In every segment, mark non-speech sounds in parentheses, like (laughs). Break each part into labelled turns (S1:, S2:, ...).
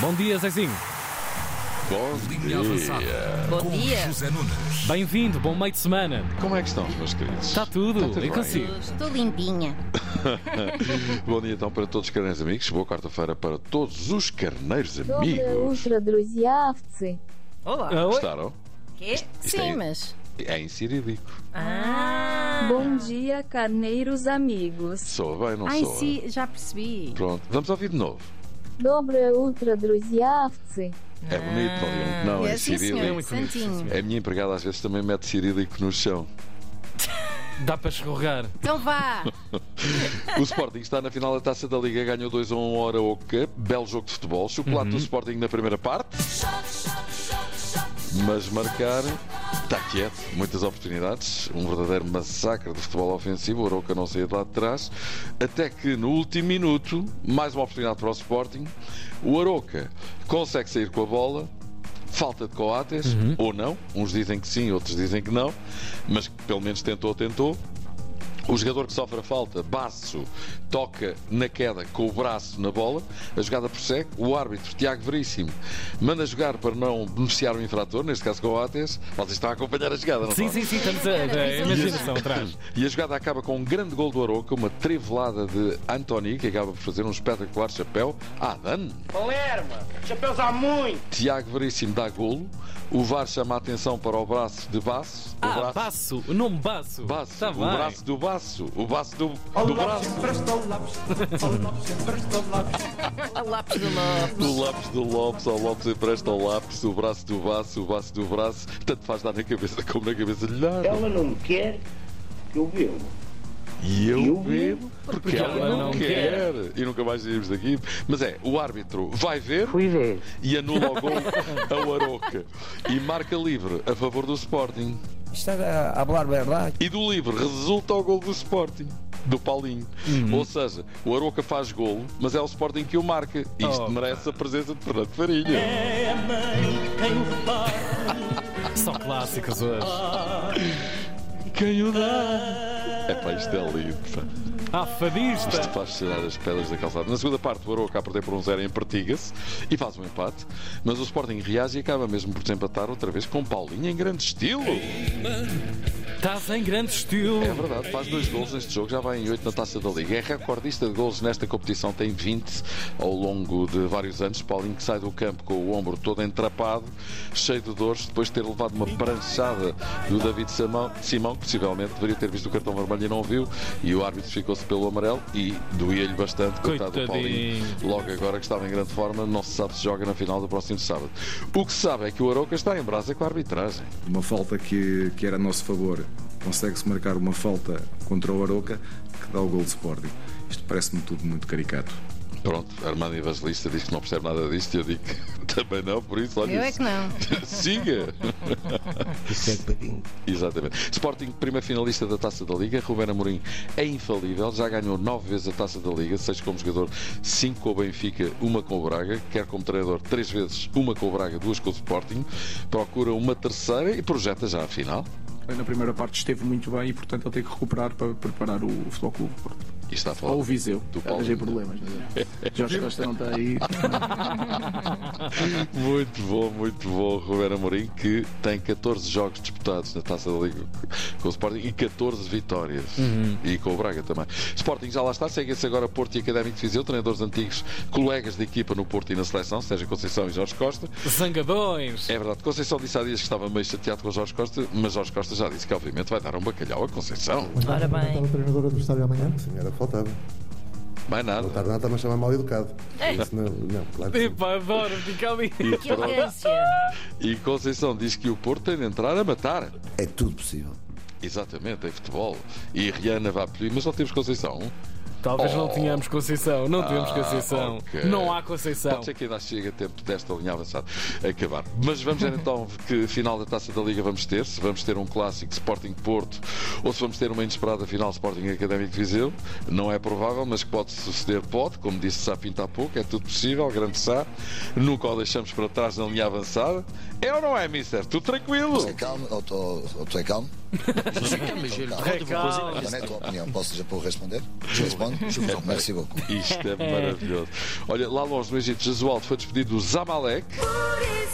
S1: Bom dia, Zezinho.
S2: Bom
S3: Linha avançada.
S2: dia.
S4: Bom
S3: Com
S4: dia.
S3: José Nunes.
S1: Bem-vindo, bom meio de semana.
S2: Como é que estão os meus queridos?
S1: Está Tá tudo,
S2: Está tudo
S1: e
S2: bem.
S1: consigo.
S4: Estou limpinha.
S2: Bom dia então para todos os carneiros amigos. Boa quarta-feira para todos os carneiros amigos.
S5: утро, друзья, овцы.
S4: Olá.
S1: Ah, oi?
S2: Gostaram?
S4: Quê?
S2: Isto
S4: Sim,
S2: é-
S4: mas.
S2: É em cirílico.
S4: Ah!
S6: Bom dia, carneiros amigos.
S2: Sou bem, não
S4: Ai,
S2: sou?
S4: sim, já percebi.
S2: Pronto, vamos ouvir de novo.
S5: Доброе утро, друзья, овцы.
S2: É bonito, não digam que não,
S4: é
S2: é
S4: sim,
S1: É
S4: senhor.
S2: cirílico.
S1: muito bonito, sim,
S4: Santinho.
S1: senhor.
S2: A minha empregada às vezes também mete cirílico no chão.
S1: Dá para escorregar.
S4: Então vá.
S2: O Sporting está na final da Taça da Liga, ganhou 2 a 1 hora o Cup. Belo jogo de futebol. Chocolate do Sporting na primeira parte. Mas marcar está quieto. Muitas oportunidades. Um verdadeiro massacre de futebol ofensivo. O Aroca não saía de lá de trás. Até que no último minuto, mais uma oportunidade para o Sporting. O Aroca consegue sair com a bola. Falta de coates, ou não. Uns dizem que sim, outros dizem que não. Mas que pelo menos tentou, tentou. O Um jogador que sofre a falta, Basso, toca na queda com o braço na bola, a jogada prossegue, o árbitro, Tiago Veríssimo, manda jogar para não beneficiar o infrator, neste caso com o Ates, vocês estão a acompanhar a jogada, não
S1: Sim,
S2: estão?
S1: sim, sim, estamos a. a imaginação
S2: (laughs)
S1: atrás.
S2: E a jogada acaba com um grande gol do Aroca, uma trevelada de Antoni, que acaba por fazer um espetacular chapéu à Dan.
S7: Palerma, chapéus há muito.
S2: Tiago Veríssimo dá golo, o VAR chama a atenção para o braço de Basso, o
S1: Ah,
S2: braço...
S1: baço, o nome baço.
S2: Basso,
S1: Tá
S2: o
S1: bem.
S2: braço do baço, o baço do, do braço.
S4: A lápis do Lopes.
S2: Do lápis do Lopes ao Lopes empresta ao lápis, o braço do braço, o braço do braço, tanto faz dar na cabeça como na cabeça lhe dá.
S7: Ela É não me quer, eu bebo.
S2: E eu
S7: eu
S2: bebo, porque ela não quer. E nunca mais saímos daqui. Mas é, o árbitro vai ver
S7: Fui ver.
S2: e anula o gol ao Aroca. E marca livre a favor do Sporting.
S8: Estás a falar verdade?
S2: E do livre resulta o gol do Sporting. Do Paulinho. Ou seja, o Aroca faz golo, mas é o Sporting que o marca. E isto
S1: Oh.
S2: merece a presença de Fernando Farinha.
S1: Só clássicos hoje.
S2: Ah. Quem o dá? É pá, isto é lindo. pá.
S1: Ah,
S2: Isto
S1: fadista.
S2: faz cheirar as pedras da calçada. Na segunda parte, o Aroca a perder por um zero empertiga-se e faz um empate. Mas o Sporting reage e acaba mesmo por desempatar outra vez com Paulinho em grande estilo.
S1: Estás em grande estilo.
S2: É verdade, faz dois gols neste jogo, já vai em oito na taça da Liga. É recordista de gols nesta competição, tem 20 ao longo de vários anos. Paulinho que sai do campo com o ombro todo entrapado, cheio de dores, depois de ter levado uma pranchada do David Simão, Simão, que possivelmente deveria ter visto o cartão vermelho e não viu. E o árbitro ficou-se pelo amarelo e doía-lhe bastante, coitado do Paulinho.
S1: Coitadinho.
S2: Logo agora que estava em grande forma, não se sabe se joga na final do próximo sábado. O que se sabe é que o Arouca está em brasa com a arbitragem.
S9: uma falta que, que era a nosso favor, consegue-se marcar uma falta contra o Aroca que dá o gol de Sporting. Isto parece-me tudo muito caricato.
S2: Pronto, Armando Evangelista diz que não percebe nada disto e eu digo que (laughs) também não, por isso, olha.
S4: Eu é que não.
S2: (laughs) Siga!
S8: Isso é pedinho.
S2: Exatamente. Sporting, primeiro finalista da Taça da Liga, Rubén Amorim é infalível, já ganhou nove vezes a Taça da Liga, seis como jogador, cinco com o Benfica, uma com o Braga, quer como treinador, três vezes, uma com o Braga, duas com o Sporting, procura uma terceira e projeta já a final.
S10: Na primeira parte esteve muito bem e, portanto, ele tem que recuperar para preparar o Futebol Clube do Porto.
S2: E está a falar
S10: Ou o Viseu.
S2: do Paulo.
S10: Arranjei problemas. mas
S2: (laughs)
S10: é. Jorge Costa não está aí.
S2: Muito bom, muito bom, Ruben Amorim, que tem 14 jogos disputados na Taça da Liga com o Sporting e 14 vitórias. E com o Braga também. Sporting já lá está, seguem-se agora Porto e Académico de Viseu, treinadores antigos, colegas de equipa no Porto e na seleção, Sérgio Conceição e Jorge Costa.
S1: Zangadões.
S2: É verdade, Conceição disse há dias que estava meio chateado com o Jorge Costa, mas Jorge Costa já disse que obviamente vai dar um bacalhau a Conceição.
S4: Ora bem.
S8: o treinador adversário amanhã?
S9: Sim, era faltava.
S2: Mais nada.
S9: Tarde está-me a chamar mal educado. Isso não, não,
S2: É.
S9: claro que sim.
S1: Epá, adoro, fica ali.
S4: Que elegância.
S2: E Conceição diz que o Porto tem de entrar a matar.
S8: É tudo possível.
S2: Exatamente, em futebol. E Rihanna vai pedir, mas só temos Conceição.
S1: Talvez não
S2: Oh.
S1: tenhamos Conceição, não temos
S2: Ah,
S1: Conceição.
S2: ok.
S1: Não há Conceição.
S2: Pode ser que ainda chega tempo desta linha avançada acabar. Mas vamos ver então que final da taça da Liga vamos ter. Se vamos ter um clássico Sporting Porto ou se vamos ter uma inesperada final Sporting Académico de Viseu. Não é provável, mas que pode suceder, pode. Como disse Sá Pinto há pouco, é tudo possível. Grande Sá, nunca o deixamos para trás na linha avançada. É ou não é, mister? Tudo tranquilo.
S8: calmo, ou, ou, ou tu é calmo?
S11: Mas eu lhe conto uma coisa.
S1: Calma.
S11: Não é
S12: tua opinião. Posso já por responder? Responde. Merci beaucoup.
S2: Isto é maravilhoso. Olha, lá longe no Egito, Jesualdo foi despedido do Zamalek.
S13: Por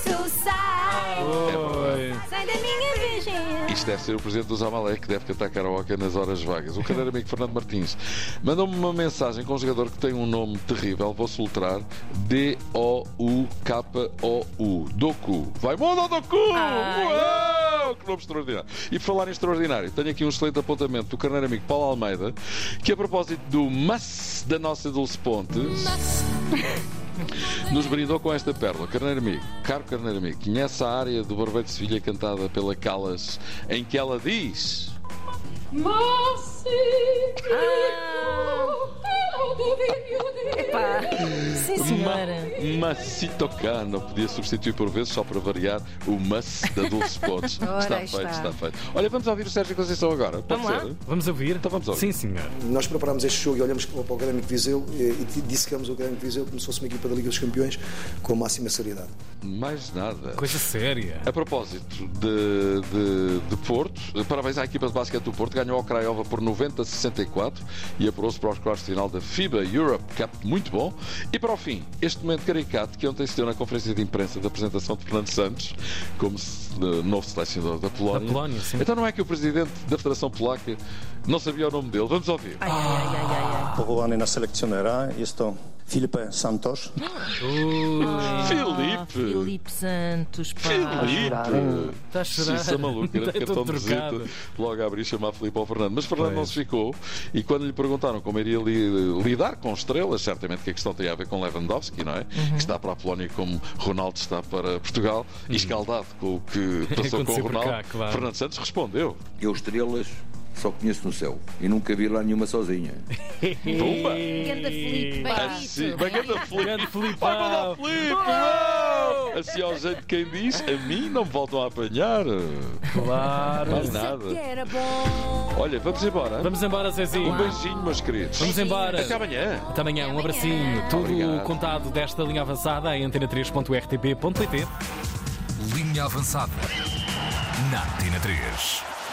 S13: isso sai,
S2: é?
S13: sai da minha virgem.
S2: Isto deve ser o presidente do Zamalek, que deve cantar karaoke nas horas vagas. O cadeiro amigo Fernando Martins mandou-me uma mensagem com um jogador que tem um nome terrível, vou soltar: D-O-U-K-O-U. Doku. Vai, mundo Doku! Uau! Que nome extraordinário. E por falar em extraordinário, tenho aqui um excelente apontamento do carneiro amigo Paulo Almeida, que a propósito do mas da nossa Dulce Pontes. Nos brindou com esta pérola. Carneiro Amigo, caro Carneiro Amigo, conhece a área do Barbeiro de Sevilha cantada pela Calas, em que ela diz.
S13: Mas Epá,
S4: sim senhora.
S2: Macito K, não podia substituir por vezes, só para variar, o mas da Dulce Pontes.
S4: Ora,
S2: está
S4: aí
S2: feito,
S4: está.
S2: está feito. Olha, vamos ouvir o Sérgio Conceição agora. Pode
S14: Vamos lá?
S2: ser?
S1: Vamos ouvir? Então
S2: vamos ouvir.
S1: Sim, senhor.
S14: Nós preparámos este jogo e olhamos para o Grêmio de Viseu eh, e di- dissecamos o Grêmio de Viseu como se fosse uma equipa da Liga dos Campeões com a máxima seriedade.
S2: Mais nada.
S1: Coisa séria.
S2: A propósito de, de- de Porto, eh, parabéns à equipa de basquete do Porto, ganhou ao Craiova por 90-64 e apurou-se para os quartos de final da FIBA Europe Cup, muito bom. E para o fim, este momento caricato que ontem se deu na conferência de imprensa da apresentação de Fernando Santos como se- de- novo selecionador da Polónia.
S1: Da Polónia, sim.
S2: Então não é que o presidente da Federação Polaca não sabia o nome dele, vamos ouvir.
S15: Powołany na selekcjonera jest to Filipe Santos.
S4: Ah, Filipe Santos, pá.
S2: Filipe!
S4: Está a chorar.
S2: Sim, sou maluco, era de
S4: Está
S2: cartão
S4: todo
S2: de
S4: trocado.
S2: visita. Logo a abrir e chamar Filipe ao Fernando. Mas Fernando não se ficou e quando lhe perguntaram como iria li- lidar com estrelas, certamente que a questão tem a ver com Lewandowski, não é? Que está para a Polónia como Ronaldo está para Portugal e escaldado com o que passou com o
S16: Aconteceu por cá,
S2: Ronaldo.
S16: claro.
S2: Fernando Santos respondeu.
S16: Eu estrelas só conheço no céu e nunca vi lá nenhuma sozinha.
S2: Pumba!
S4: Ganda Filipe, bem
S2: Assim,
S4: dito.
S2: vai, ganda Filipe! Vai, mandar Filipe! uau! Assim ao jeito de quem diz, a mim não me voltam a apanhar.
S1: Claro.
S2: Mais
S1: Isso é
S2: nada.
S1: que é.
S4: Era bom.
S2: Olha, vamos embora.
S1: Vamos embora, Zezinho.
S2: Um beijinho, meus queridos.
S1: Vamos embora.
S2: Até amanhã.
S1: Até amanhã, um abracinho. Tudo
S2: Obrigado.
S1: contado desta linha avançada em antena3.rtp.pt.
S3: Linha avançada. Na Antena 3.